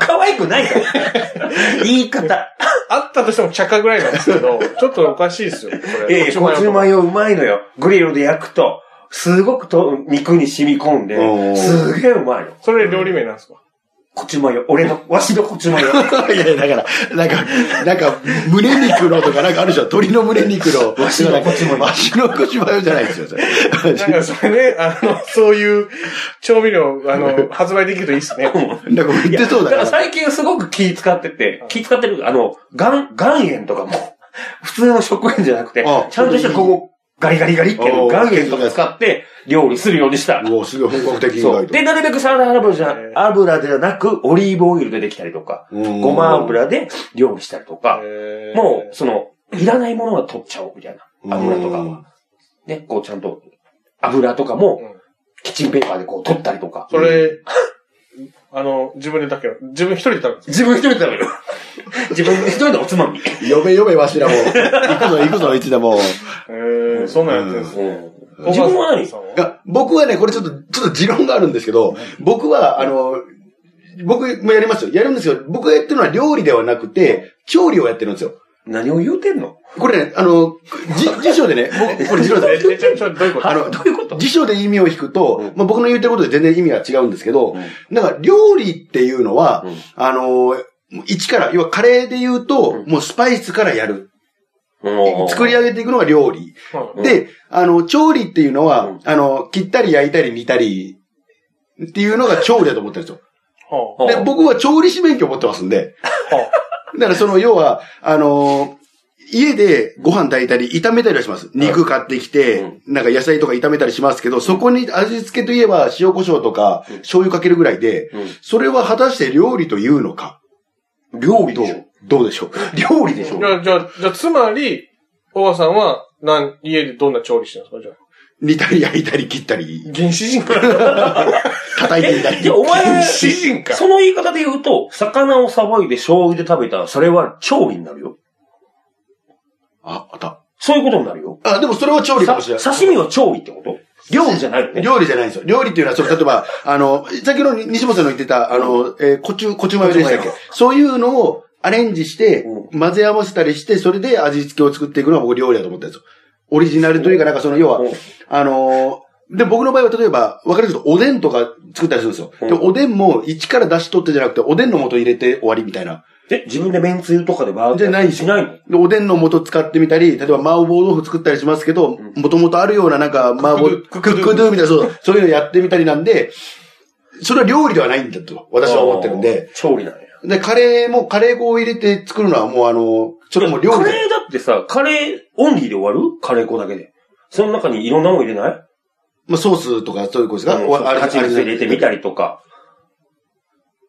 [SPEAKER 1] 可愛く ないから。言い方。
[SPEAKER 3] あったとしてもチャカぐらいなんですけど、ちょっとおかしいですよ、これ。
[SPEAKER 1] ええ、コチュマヨうまいのよ。グリルで焼くと、すごくと肉に染み込んで
[SPEAKER 2] お、ー
[SPEAKER 1] すげえうまいの。
[SPEAKER 3] それ料理名なん ですか
[SPEAKER 1] コチュマヨ。俺の、わしのコチュマヨ。
[SPEAKER 2] いやいや、だから、なんか、なんか、胸肉のとかなんかあるじゃん。鶏の胸肉の。
[SPEAKER 1] わしのこちまよ
[SPEAKER 2] わしのこちまよじゃないですよ、それ。
[SPEAKER 3] なんかそれね、あの、そういう調味料、あ の、発売できるといいですね。
[SPEAKER 2] なんか売ってそう
[SPEAKER 1] だか
[SPEAKER 2] だからら。
[SPEAKER 1] 最近すごく気使ってて、気使ってる、あの、岩、岩塩とかも、 普通の食塩じゃなくて
[SPEAKER 2] あ、
[SPEAKER 1] ちゃんとしたここ、ガリガリガリっていう
[SPEAKER 2] おー
[SPEAKER 1] 岩塩とか使って料理するようにした。
[SPEAKER 2] うお、すごい本格的意
[SPEAKER 1] そう。
[SPEAKER 2] 外と。
[SPEAKER 1] で、なるべくサラダ油じゃ
[SPEAKER 3] へ、ー
[SPEAKER 1] 油ではなく、オリーブオイルでできたりとか、
[SPEAKER 2] うん
[SPEAKER 1] ごま油で料理したりとか、
[SPEAKER 3] えー
[SPEAKER 1] もう、その、いらないものは取っちゃおうみたいな。油と
[SPEAKER 2] う
[SPEAKER 1] か。
[SPEAKER 2] ん
[SPEAKER 1] ね、こうちゃんと、油とかも、キッチンペーパーでこう取ったりとか。
[SPEAKER 3] それ、あの、自分でだけ、自分一人で食べるんです
[SPEAKER 1] 自分一人で食べる。 自分一人のおつまみ。
[SPEAKER 2] 呼べ呼べわし らも。行くぞ行くぞ、いつでも。
[SPEAKER 3] かえー、そんなんやってるんですね。
[SPEAKER 1] うん自分は何
[SPEAKER 3] お母さん
[SPEAKER 2] いや僕はね、これちょっと、ちょっと持論があるんですけど、僕は、あの、僕もやりますよ。やるんですけど、僕がやってるのは料理ではなくて、調理をやってるんですよ。
[SPEAKER 1] 何を言うてんの
[SPEAKER 2] これね、あの、じ辞書でね、 僕、これ辞書で
[SPEAKER 3] え、。ちょ、ちょ、どういうこと
[SPEAKER 2] あの、
[SPEAKER 1] どういうこと
[SPEAKER 2] 辞書で意味を引くと、まあ、僕の言ってることで全然意味は違うんですけど、なんか料理っていうのは、
[SPEAKER 1] うん
[SPEAKER 2] あの、一から、要はカレーで言うと、
[SPEAKER 1] うん
[SPEAKER 2] もうスパイスからやる。作
[SPEAKER 1] 作
[SPEAKER 2] り上げていくのが料理。
[SPEAKER 3] うん
[SPEAKER 1] うん
[SPEAKER 2] で、あの、調理っていうのは、
[SPEAKER 1] うん
[SPEAKER 2] あの、切ったり焼いたり煮たり、っていうのが調理だと思ってるんですよ。
[SPEAKER 1] う
[SPEAKER 3] は
[SPEAKER 1] ん
[SPEAKER 2] で、僕は調理師免許を持ってますんで、
[SPEAKER 3] あは
[SPEAKER 2] だからその、要は、あの、家でご飯炊いたり、炒めたりはします。肉買ってきて、なんか野菜とか炒めたりしますけど、そこに味付けといえば塩胡椒とか
[SPEAKER 1] うん
[SPEAKER 2] 醤油かけるぐらいで、それは果たして料理というのか
[SPEAKER 1] 料理
[SPEAKER 2] ど
[SPEAKER 1] でしょ
[SPEAKER 2] うどうでしょう
[SPEAKER 1] 料理でしょ
[SPEAKER 3] じゃあ、じゃあ、じゃあ、つまり、おばさんは、なん、家でどんな調理してるんですかじゃ
[SPEAKER 2] 煮たり焼いたり切ったり
[SPEAKER 3] あ。、原始人か。
[SPEAKER 2] 叩いてみた
[SPEAKER 1] え、
[SPEAKER 2] り。
[SPEAKER 1] じゃあお前、
[SPEAKER 3] 原
[SPEAKER 1] そ
[SPEAKER 3] 始人か。
[SPEAKER 1] の言い方で言うと、魚をさばいて醤油で食べたら、それは調理になるよ。
[SPEAKER 2] あ、あった。
[SPEAKER 1] そういうことになるよ。
[SPEAKER 2] あ、でもそれは調理か
[SPEAKER 1] さ
[SPEAKER 2] もしれない。
[SPEAKER 1] 刺身は調理ってこと料理じゃないよね。
[SPEAKER 2] 料理じゃないんですよ。料理っていうのは、その、例えば、あの、先ほど西本さんの言ってた、あの、えー、コチュ、コチュマヨでしたっ
[SPEAKER 1] コチュ
[SPEAKER 2] け
[SPEAKER 1] マ
[SPEAKER 2] そういうのをアレンジして
[SPEAKER 1] う、
[SPEAKER 2] 混ぜ合わせたりして、それで味付けを作っていくのは僕料理だと思ったんですよ。オリジナルというか、なんかその、要は
[SPEAKER 1] うん、
[SPEAKER 2] あのーで、僕の場合は例えば、わかりますけど、おでんとか作ったりするんですよ。で、
[SPEAKER 1] うん
[SPEAKER 2] おでんも一から出し取ってじゃなくて、おでんの素入れて終わりみたいな。
[SPEAKER 1] え、自分でめんつゆとかでバーって
[SPEAKER 2] じゃないでしょ
[SPEAKER 1] しないの
[SPEAKER 2] で、おでんの素使ってみたり、例えば麻婆豆腐作ったりしますけど、もともとあるようななんか麻婆、ク
[SPEAKER 3] クックドゥ
[SPEAKER 2] ックドゥみたいな、そう、そういうのやってみたりなんで、それは料理ではないんだと、私は思ってるんで。
[SPEAKER 1] あー。調理なんや。
[SPEAKER 2] で、カレーも、カレー粉を入れて作るのはもうあの、それも料理
[SPEAKER 1] カ
[SPEAKER 2] で。
[SPEAKER 1] レーだってさ、カレーオンリーで終わるカレー粉だけで。その中にいろんなもん入れない
[SPEAKER 2] まあ、ソースとかそういうことですか、
[SPEAKER 1] うん
[SPEAKER 2] あれ
[SPEAKER 1] ハチミツ入れてみたりとか。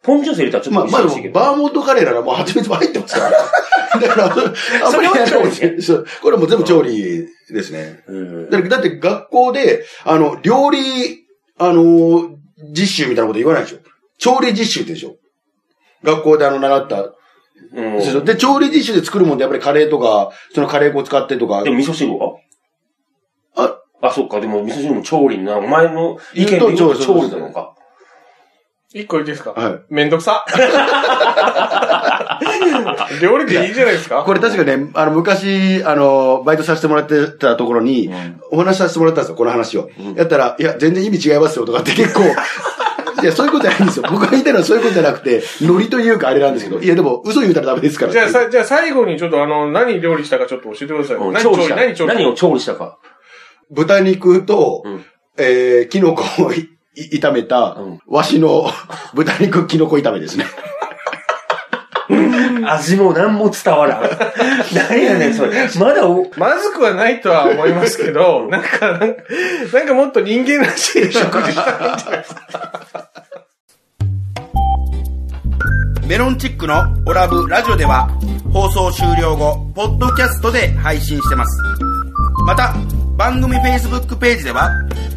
[SPEAKER 1] ポンジュース入れたらちょっ
[SPEAKER 2] まあ、
[SPEAKER 1] と
[SPEAKER 2] まあ
[SPEAKER 1] 美味しい
[SPEAKER 2] で
[SPEAKER 1] け
[SPEAKER 2] も、
[SPEAKER 1] ど。
[SPEAKER 2] バーモントカレーならもう蜂蜜も入ってます から。だから、あんまりやらないです
[SPEAKER 1] それは調理
[SPEAKER 2] ねそうこれもう全部調理ですね。
[SPEAKER 1] うん
[SPEAKER 2] だってだって学校で、あの、料理、あのー実習みたいなこと言わないでしょ。調理実習ってでしょ。学校であの、習った。
[SPEAKER 1] うん
[SPEAKER 2] でしょで、調理実習で作るもんで、やっぱりカレーとか、そのカレー粉使ってとか
[SPEAKER 1] で、も味噌汁は
[SPEAKER 2] あ
[SPEAKER 1] あ、そっか。でも味噌汁も調理な。お前の意見で言う
[SPEAKER 2] 言う
[SPEAKER 1] と
[SPEAKER 2] と
[SPEAKER 1] 調
[SPEAKER 2] 調
[SPEAKER 1] 理
[SPEAKER 2] 理
[SPEAKER 1] なのか。
[SPEAKER 3] 一個いいですか
[SPEAKER 2] はい。
[SPEAKER 3] めんどく さ。料理でいいじゃないですか
[SPEAKER 2] これ確かね、あの、昔、あの、バイトさせてもらってたところに、お話しさせてもらったんですよ、この話を。やったら、いや、全然意味違いますよ、とかって結構、いや、そういうことじゃないんですよ。僕が言いたいのはそういうことじゃなくて、ノリというかあれなんですけど、いや、でも、嘘言うたらダメですから。
[SPEAKER 3] じゃあ、さ、じゃあ最後にちょっとあの、何料理したかちょっと教えてください。
[SPEAKER 1] うん
[SPEAKER 3] 何
[SPEAKER 1] 調
[SPEAKER 3] 調
[SPEAKER 1] 理し
[SPEAKER 3] 理、
[SPEAKER 1] た
[SPEAKER 3] 何調理。
[SPEAKER 1] 何を調理したか。
[SPEAKER 2] 豚肉と、
[SPEAKER 1] うん
[SPEAKER 2] えー、キノコをいい炒めた、
[SPEAKER 1] うん
[SPEAKER 2] わしの 豚肉キノコ炒めですね。。
[SPEAKER 1] 味も何も伝わらん。 何やねん、それ。まだお、
[SPEAKER 3] まずくはないとは思います けど、なんか、なんかなんかもっと人間らしい食 事したいんじゃないですか。
[SPEAKER 4] メロンチックのオラブラジオでは放送終了後、ポッドキャストで配信してます。また、番組 Facebook ページでは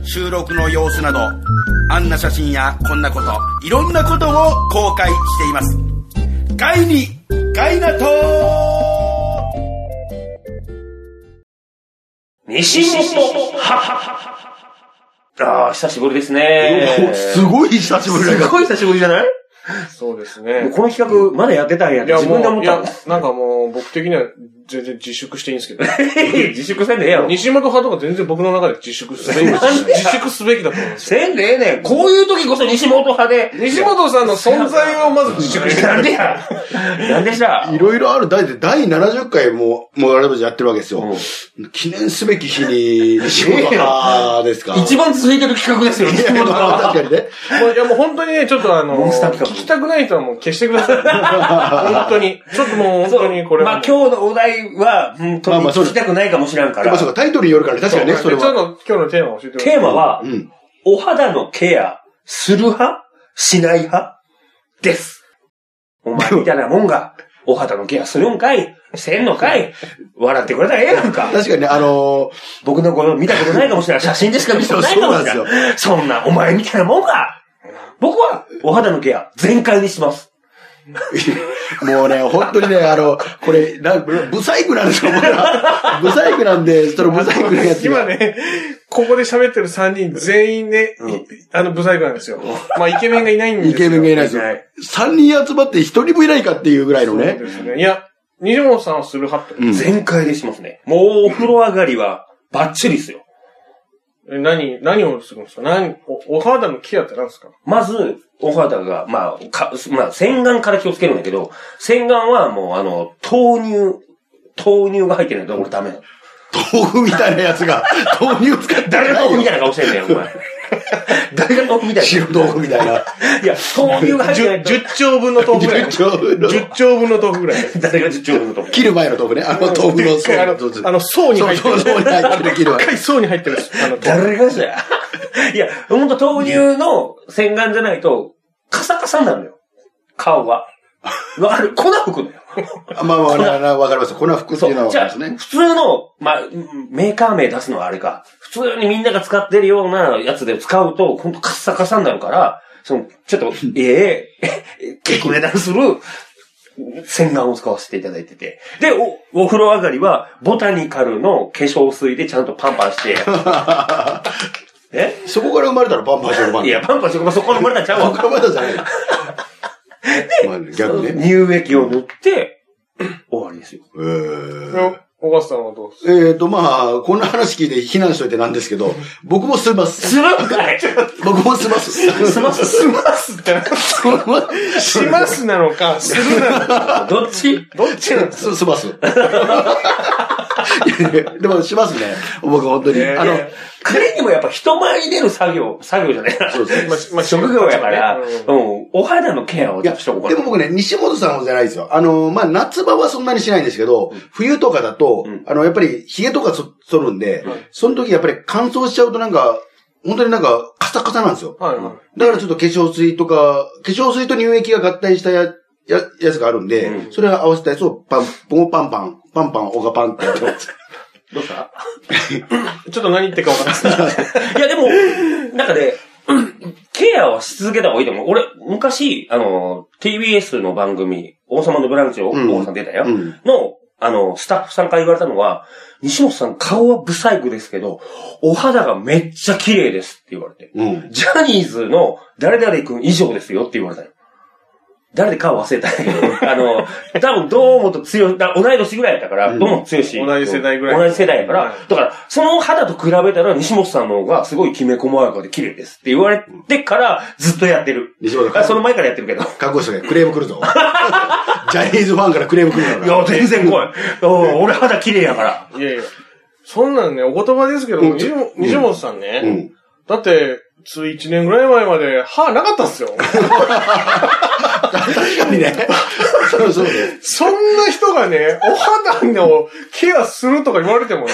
[SPEAKER 4] 収録の様子など、あんな写真やこんなこと、いろんなことを公開しています。ガイに、ガイナトー
[SPEAKER 1] 西本ああ、久しぶりですね
[SPEAKER 2] すごい久しぶりだ
[SPEAKER 1] す
[SPEAKER 2] か
[SPEAKER 1] ごい久しぶりじゃない
[SPEAKER 3] そうです
[SPEAKER 1] もう
[SPEAKER 3] ね。
[SPEAKER 1] この企画、まだやってたんやっ
[SPEAKER 3] い
[SPEAKER 1] て
[SPEAKER 3] や、
[SPEAKER 1] 自分で思
[SPEAKER 3] もう、
[SPEAKER 1] っ
[SPEAKER 3] い
[SPEAKER 1] た
[SPEAKER 3] や
[SPEAKER 1] んだ。、
[SPEAKER 3] なんかもう、僕的には全然自粛していい んですけど。
[SPEAKER 1] 自粛せんでええやろ。
[SPEAKER 3] 西本派とか全然僕の中で自粛すべき、自粛すべきだと思うんです よ。
[SPEAKER 1] せんでええねん。こういう時こそ西本派で。
[SPEAKER 3] 西本さんの存在をまず自 粛して
[SPEAKER 1] なんでや。 なんでし
[SPEAKER 2] ら。
[SPEAKER 1] ゃ
[SPEAKER 2] い。ろいろある、だって第70回も、もうあれやってるわけですよ。記念すべき日に、仕事派ですか。
[SPEAKER 1] 一番続いてる企画ですよ、西本
[SPEAKER 2] ま
[SPEAKER 1] 派。
[SPEAKER 2] あ確かにね。
[SPEAKER 3] もういやもう本当にね、ちょっとあの、
[SPEAKER 1] モンスター企画
[SPEAKER 3] 聞きたくない人はもう消してください。 本当に。ちょっともう本当にこれは
[SPEAKER 1] ま
[SPEAKER 3] も
[SPEAKER 1] あ
[SPEAKER 3] う。
[SPEAKER 1] 今日のお題は、本当
[SPEAKER 2] まあ
[SPEAKER 1] に
[SPEAKER 2] まあそう
[SPEAKER 1] 聞
[SPEAKER 2] で
[SPEAKER 1] き
[SPEAKER 2] す
[SPEAKER 1] たくないかもしらんか
[SPEAKER 2] ま
[SPEAKER 1] ら
[SPEAKER 2] あ。そうか、タイトルによるからね、確かにね、そ
[SPEAKER 3] そう
[SPEAKER 2] れ
[SPEAKER 3] でちょっ
[SPEAKER 2] は。
[SPEAKER 3] と今日のテーマを教えてください。
[SPEAKER 1] テーマは
[SPEAKER 2] う、ん。
[SPEAKER 1] お肌のケア、する派しない派です。お前みたいなもんが、お肌のケアするんかいせんのかい笑ってくれたらええやんか。
[SPEAKER 2] 確かにね、あの
[SPEAKER 1] 僕のこと見たことないかもしれない。写真でしか見たことないかもしれ
[SPEAKER 2] そう
[SPEAKER 1] ない。そんな、お前みたいなもんが僕は、お肌のケア、全開にします。
[SPEAKER 2] ーもうね、本当にね、あの、これ、なんブサイクなんですよ、僕ら。ブサイクなんで、そのブサイクのやつが
[SPEAKER 3] 今ね、ここで喋ってる3人全員ね、いあの、ブサイクなんですよ。まあ、イケメンがいないんです
[SPEAKER 2] イ
[SPEAKER 3] よ。
[SPEAKER 2] ケメンがいないですよ
[SPEAKER 1] はい。
[SPEAKER 2] 三人集まって一人もいないかっていうぐらいのね
[SPEAKER 3] そ。うですね。いや、西本さんはする派って。
[SPEAKER 2] うん
[SPEAKER 1] 全開でしますね。もう、お風呂上がりは、バッチリですよ。
[SPEAKER 3] え何、何をするんですか何、お、お肌のケアって何ですか
[SPEAKER 1] まず、お肌が、まあ、か、まあ、洗顔から気をつけるんだけど、洗顔はもう、あの、豆乳、豆乳が入ってないと俺ダメなの。
[SPEAKER 2] 豆腐みたいなやつが、豆乳使って
[SPEAKER 1] 誰が
[SPEAKER 2] ない
[SPEAKER 1] 豆腐み
[SPEAKER 2] よ。
[SPEAKER 1] たいな顔してんだよ、お前。誰が豆腐みたいな。
[SPEAKER 2] 白豆腐みたいな。
[SPEAKER 1] いや、豆乳が入ってない
[SPEAKER 3] 10
[SPEAKER 1] と。
[SPEAKER 3] 兆分の豆腐ぐら
[SPEAKER 2] 順
[SPEAKER 3] い。
[SPEAKER 2] 調の
[SPEAKER 3] 10兆分の豆腐ぐらい。
[SPEAKER 1] 誰が10兆分の豆腐。
[SPEAKER 2] 切る前の豆腐ね。あの豆腐の
[SPEAKER 3] でっかいあの
[SPEAKER 2] そうそう、
[SPEAKER 3] あの、層に
[SPEAKER 2] そう
[SPEAKER 3] 入って
[SPEAKER 2] そう
[SPEAKER 3] る。
[SPEAKER 2] そう入ってる切る
[SPEAKER 3] でっ
[SPEAKER 2] 前
[SPEAKER 3] かい層に入ってる。あの、
[SPEAKER 1] 誰がじゃ。いや、ほんと豆乳の洗顔じゃないと、カサカサになるのよ。顔が。わかる粉吹くのよ。
[SPEAKER 2] あまあまあまあまあ、わかります。粉服って
[SPEAKER 1] そ
[SPEAKER 2] いうのは
[SPEAKER 1] う。
[SPEAKER 2] わ
[SPEAKER 1] じ
[SPEAKER 2] かり
[SPEAKER 1] ゃあ、
[SPEAKER 2] ますね
[SPEAKER 1] 普。通の、まあ、うんメーカー名出すのはあれか。普通にみんなが使ってるようなやつで使うと、ほんとカッサカサになるから、その、ちょっと、ええ、結構値段する洗顔を使わせていただいてて。で、お、お風呂上がりは、ボタニカルの化粧水でちゃんとパンパン して。え
[SPEAKER 2] そこから生まれたらパンパンしてるパン。
[SPEAKER 1] いや、パンパンして、そこに生まれたんちゃうわ
[SPEAKER 2] そこ。から生まれたじゃない。まあ逆ね。
[SPEAKER 1] 乳液を塗って、終わり ですよ。
[SPEAKER 2] えー
[SPEAKER 3] とお母さんはどうです
[SPEAKER 2] えーと、まあ、こんな話聞いて非難しといてなんですけど、僕もすます。
[SPEAKER 1] するんか い
[SPEAKER 2] 僕もすます。
[SPEAKER 1] すますすますって。
[SPEAKER 3] しますなのか、するなのか、
[SPEAKER 1] どっち
[SPEAKER 3] どっちなんですか
[SPEAKER 2] す、すます。いやいやでも、しますね。僕、本当に。あの、
[SPEAKER 1] 彼にもやっぱ人前に出る作業、作業じゃないな。
[SPEAKER 2] そうですね。
[SPEAKER 3] まあまあ
[SPEAKER 1] 職業やから、
[SPEAKER 3] うん
[SPEAKER 1] うん、お肌のケアを
[SPEAKER 2] い
[SPEAKER 1] ちょ
[SPEAKER 2] や、
[SPEAKER 1] っとしとこうか
[SPEAKER 2] でも僕ね、西本さんほどじゃないですよ。あの、まあ、夏場はそんなにしないんですけど、冬とかだと、
[SPEAKER 1] うん
[SPEAKER 2] あの、やっぱり、髭とかそ、剃るんで、その時やっぱり乾燥しちゃうとなんか、本当になんか、カサカサなんですよ。
[SPEAKER 3] はいはい。
[SPEAKER 2] だからちょっと化粧水とか、化粧水と乳液が合体したや、や、やつがあるんで、
[SPEAKER 1] うん
[SPEAKER 2] それを合わせたやつをパン、ポンパンパン、パンパン、オガパンってやって ます。
[SPEAKER 1] どうした
[SPEAKER 3] ちょっと何言ってるか分からない。
[SPEAKER 1] いやでも、なんかね、ケアはし続けた方がいいと思う。俺、昔、あの、TBS の番組、王様のブランチを、
[SPEAKER 2] うん
[SPEAKER 1] 王さん出たよ。
[SPEAKER 2] うん。
[SPEAKER 1] の、あの、スタッフさんから言われたのは、西本さん顔はブサイクですけど、お肌がめっちゃ綺麗ですって言われて。
[SPEAKER 2] うん。
[SPEAKER 1] ジャニーズの誰々君以上ですよって言われたよ。誰かは忘れたんだけ ど、あの、多分、どうもと強い、だ同い年ぐらいやったから、どうも強いし。
[SPEAKER 3] 同じ世代ぐらい
[SPEAKER 1] 同じ世代やか
[SPEAKER 3] はい
[SPEAKER 1] ら、だから、その肌と比べたら、西本さんの方がすごいきめ細やかで綺麗ですって言われてから、ずっとやってる。
[SPEAKER 2] 西本さん
[SPEAKER 1] あその前からやってるけど。
[SPEAKER 2] 覚悟しとけ。クレーム来るぞ。ジャニーズファンからクレーム来る
[SPEAKER 1] い
[SPEAKER 2] から。
[SPEAKER 1] や、全然来い。お俺肌綺麗やから。
[SPEAKER 3] いやいや。そんなんね、お言葉ですけども、
[SPEAKER 2] うん
[SPEAKER 3] 西本西本さんね、
[SPEAKER 2] うん。
[SPEAKER 3] だって、つい1年ぐらい前まで歯なかった っすよ。
[SPEAKER 2] 確かにね。そうそうね。
[SPEAKER 3] そんな人がね、お肌のケアするとか言われてもね、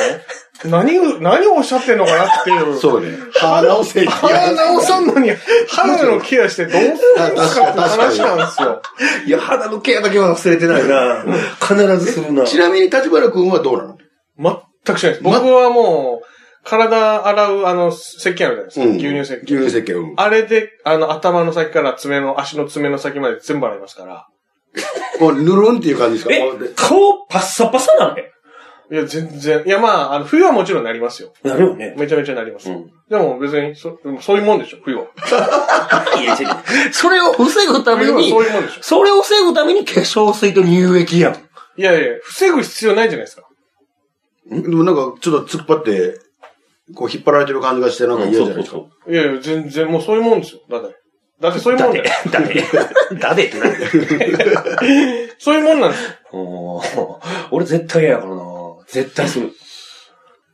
[SPEAKER 3] 何を、何をおっしゃってんのかなっていう。
[SPEAKER 2] そうね。歯直せ。
[SPEAKER 3] 歯直さんのに、肌のケアしてどうするんですかって話なんですよ。
[SPEAKER 1] いや、肌のケアだけは忘れてないな。必ずするな。
[SPEAKER 2] ちなみに、立花君はどうなの
[SPEAKER 3] 全くしないです。僕はもう、体洗う、あの、石鹸あるじゃないですか。牛乳石
[SPEAKER 2] 牛
[SPEAKER 3] 鹸。
[SPEAKER 2] 乳石鹸。うん
[SPEAKER 3] あれで、あの、頭の先から爪の、足の爪の先まで全部洗いますから。
[SPEAKER 2] もう、ぬるんっていう感じですか
[SPEAKER 1] え
[SPEAKER 2] もうで、
[SPEAKER 1] 顔パッサパサなんで。
[SPEAKER 3] いや、全然。いや、まあ、あの、冬はもちろんなりますよ。
[SPEAKER 1] なるよね。
[SPEAKER 3] めちゃめちゃなります。
[SPEAKER 1] うん
[SPEAKER 3] でも別に、そ、でもそういうもんでしょ、冬は。
[SPEAKER 1] いや違うそれを防ぐため
[SPEAKER 3] 冬は
[SPEAKER 1] に、
[SPEAKER 3] そういうもんでしょ。
[SPEAKER 1] それを防ぐために化粧水と乳液やん。
[SPEAKER 3] いやいや、防ぐ必要ないじゃないですか。
[SPEAKER 2] でもなんか、ちょっと突っ張って、こう、引っ張られてる感じがして、なんか嫌じゃないですか。
[SPEAKER 3] いやいや、全然もうそういうもんですよ。だって。だってそういう
[SPEAKER 1] だ
[SPEAKER 3] も
[SPEAKER 1] っ
[SPEAKER 3] んだ
[SPEAKER 1] て
[SPEAKER 3] よ。、
[SPEAKER 1] だって、だってってなんだよ
[SPEAKER 3] そういうもんな んですよ。
[SPEAKER 1] おー俺絶対嫌やからな。絶対する。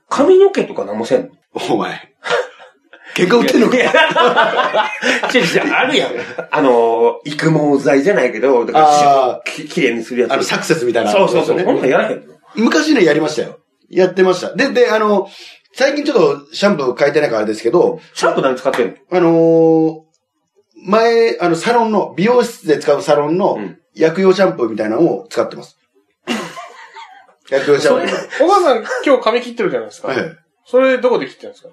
[SPEAKER 1] 髪の毛とか何もせんの
[SPEAKER 2] お前。喧嘩売ってんのか
[SPEAKER 1] いや、違う違う、あるやん。あの、育毛剤じゃないけど、だから
[SPEAKER 2] あ
[SPEAKER 1] き、きれいにするやつ。
[SPEAKER 2] あの、サクセスみたいな。
[SPEAKER 1] そうそうそう。ほん
[SPEAKER 2] ね
[SPEAKER 1] とやらへんの
[SPEAKER 2] 昔ね、やりましたよ。やってました。で、で、あの、最近ちょっとシャンプー変えてないからあれですけど、
[SPEAKER 1] シャンプー何使ってんの
[SPEAKER 2] あのー前、あの、サロンの、美容室で使うサロンの
[SPEAKER 1] うん
[SPEAKER 2] 薬用シャンプーみたいなのを使っ てます。薬用シャンプー。
[SPEAKER 3] お母さん今日髪切ってるじゃないですか。
[SPEAKER 2] はい
[SPEAKER 3] それどこで切ってるんですか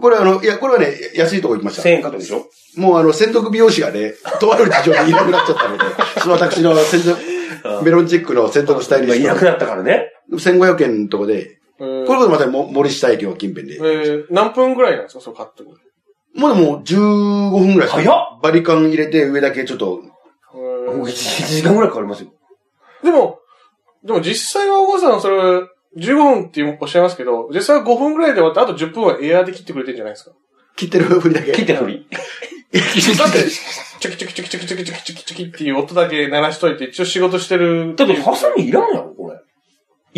[SPEAKER 2] これあの、いや、これはね、安いとこ行きまし
[SPEAKER 1] ?1000
[SPEAKER 2] た。
[SPEAKER 1] 円かとでしょ
[SPEAKER 2] もうあの、専属美容師がね、とある事情でいなくなっちゃっ たので、その私の専
[SPEAKER 1] ああ
[SPEAKER 2] 属、メロンチックの専属スタイリ
[SPEAKER 1] 今
[SPEAKER 2] ス
[SPEAKER 1] いな
[SPEAKER 2] ト
[SPEAKER 1] くなったからね。
[SPEAKER 2] 1500円のとこで、
[SPEAKER 3] え
[SPEAKER 2] こ
[SPEAKER 3] ー
[SPEAKER 2] れこそまたも森下駅の近辺で
[SPEAKER 3] え。ー何分ぐらいなんですかそれカットに。
[SPEAKER 2] もうでも15分ぐらいしか
[SPEAKER 1] 早っ
[SPEAKER 2] バリカン入れて上だけちょっと、
[SPEAKER 3] え
[SPEAKER 1] もう
[SPEAKER 3] ー
[SPEAKER 1] 1, 時間ぐらいかかりますよ。
[SPEAKER 3] でも、でも実際はお母さんそれ15分っておっしゃいますけど、実際は5分ぐらいで終わって、あと10分はエアーで切ってくれてるんじゃないですか
[SPEAKER 2] 切ってるふりだけ。
[SPEAKER 1] 切ってふり。
[SPEAKER 3] だって、チョキチョキチョキチョキチョキチョキチョキチョキっていう音だけ鳴らしといて、一応仕事してる。
[SPEAKER 1] だって、ハサミいらんやろ、これ。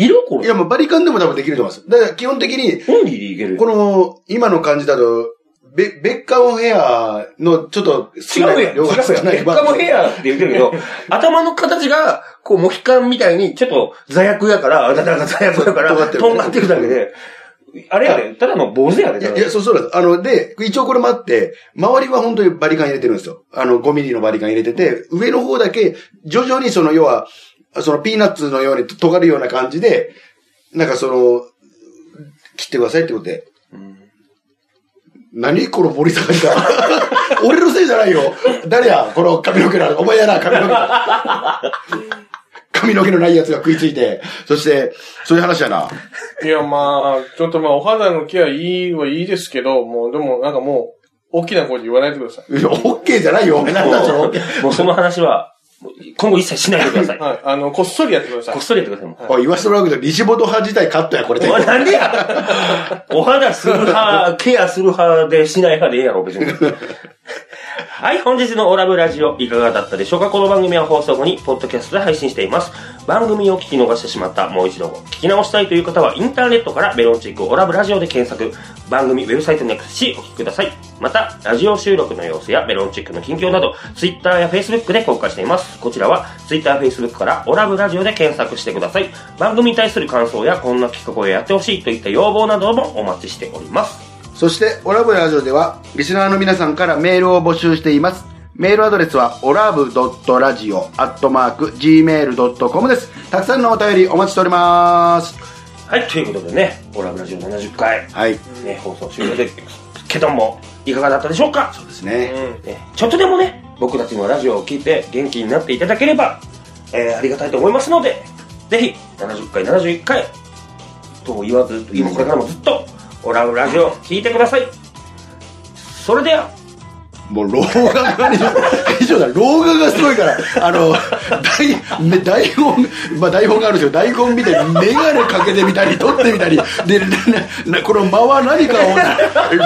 [SPEAKER 1] いるこ
[SPEAKER 2] い
[SPEAKER 1] れ。
[SPEAKER 2] や、もうバリカンでも多分できると思います。だから基本的に、
[SPEAKER 1] オンリーでいけるよ。
[SPEAKER 2] この、今の感じだと、ベベッカムヘアのちょっと
[SPEAKER 1] 違
[SPEAKER 2] 少
[SPEAKER 1] う
[SPEAKER 2] な
[SPEAKER 1] やん。違うや
[SPEAKER 2] い
[SPEAKER 1] ん。
[SPEAKER 2] 量が少ない
[SPEAKER 1] ベッカムヘアって言ってるけ ど、頭の形が、こう、モヒカンみたいに、ちょっと、座薬やから、あだだが座薬やから、
[SPEAKER 2] 尖ってる
[SPEAKER 1] とんがってるだけで、あれやで、ただの坊主やで、
[SPEAKER 2] い
[SPEAKER 1] た
[SPEAKER 2] や、
[SPEAKER 1] だ
[SPEAKER 2] いやそう、そうなんです。あの、で、一応これもあって、周りは本当にバリカン入れてるんですよ。あの、5ミリのバリカン入れてて、上の方だけ、徐々にその、要は、そのピーナッツのように尖るような感じで、なんかその、切ってくださいってことで。何この森高さん。 俺のせいじゃないよ。誰やこの髪の毛の、お前やな、髪の毛。髪の毛のないやつが食いついて、そして、そういう話やな。
[SPEAKER 3] いや、まあ、ちょっとまあ、お肌のケアいいはいいですけど、もう、でも、なんかもう、大きな声で言わないでくださ
[SPEAKER 2] いやオッケーじゃないよ、お前なんだそのオッケー
[SPEAKER 1] け。もうその話は、今後一切しないでくださ い。
[SPEAKER 3] い。はい。あの、こっそりやってください
[SPEAKER 1] こっ。そりやってくださいも
[SPEAKER 2] あ、言わせてもらうけど、西本派自体カットや、これで。
[SPEAKER 1] う。なんでやお肌する派、ケアする派でしない派でええやろ、別に。はい、本日のオラブラジオいかがだったでしょうかこの番組は放送後にポッドキャストで配信しています。番組を聞き逃してしまった、もう一度聞き直したいという方はインターネットからメロンチックオラブラジオで検索、番組ウェブサイトにアクセスしお聞きください。また、ラジオ収録の様子やメロンチックの近況など、Twitter や Facebook で公開しています。こちらは Twitter、Facebook からオラブラジオで検索してください。番組に対する感想やこんな企画をやってほしいといった要望などもお待ちしております。
[SPEAKER 2] そして、オラブラジオでは、リスナーの皆さんからメールを募集しています。メールアドレスは、オラブドットラジオアットマーク、gmail.com です。たくさんのお便りお待ちしております。
[SPEAKER 1] はい、ということでね、オラブラジオ70回、
[SPEAKER 2] はい。
[SPEAKER 1] ね、放送終了ですけども、いかがだったでしょうか、
[SPEAKER 2] ですね。
[SPEAKER 3] うん。
[SPEAKER 1] ねちょっとでもね、僕たちのラジオを聞いて元気になっていただければ、えーありがたいと思いますので、ぜひ、70回、71回、と言わず、今これからもずっと、オラブラジオを聞いてください。それでは、
[SPEAKER 2] もう老眼がね、 以上だ、老眼がすごいから、あの、台、ね、台本、まあ台本があるんですけど、台本見て、メガネかけてみたり、取ってみたり、で、ななこの間は何かを、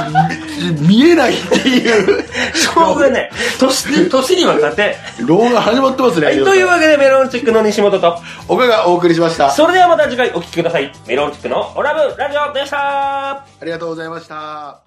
[SPEAKER 2] み見えないっていう、
[SPEAKER 1] しょうがない。年、年には勝てん。
[SPEAKER 2] 老眼始まってます ね。
[SPEAKER 1] はい、というわけでメロンチックの西本と、
[SPEAKER 2] おかがお送りしました。
[SPEAKER 1] それではまた次回お聴きください。メロンチックのオラブラジオでした
[SPEAKER 2] ありがとうございました。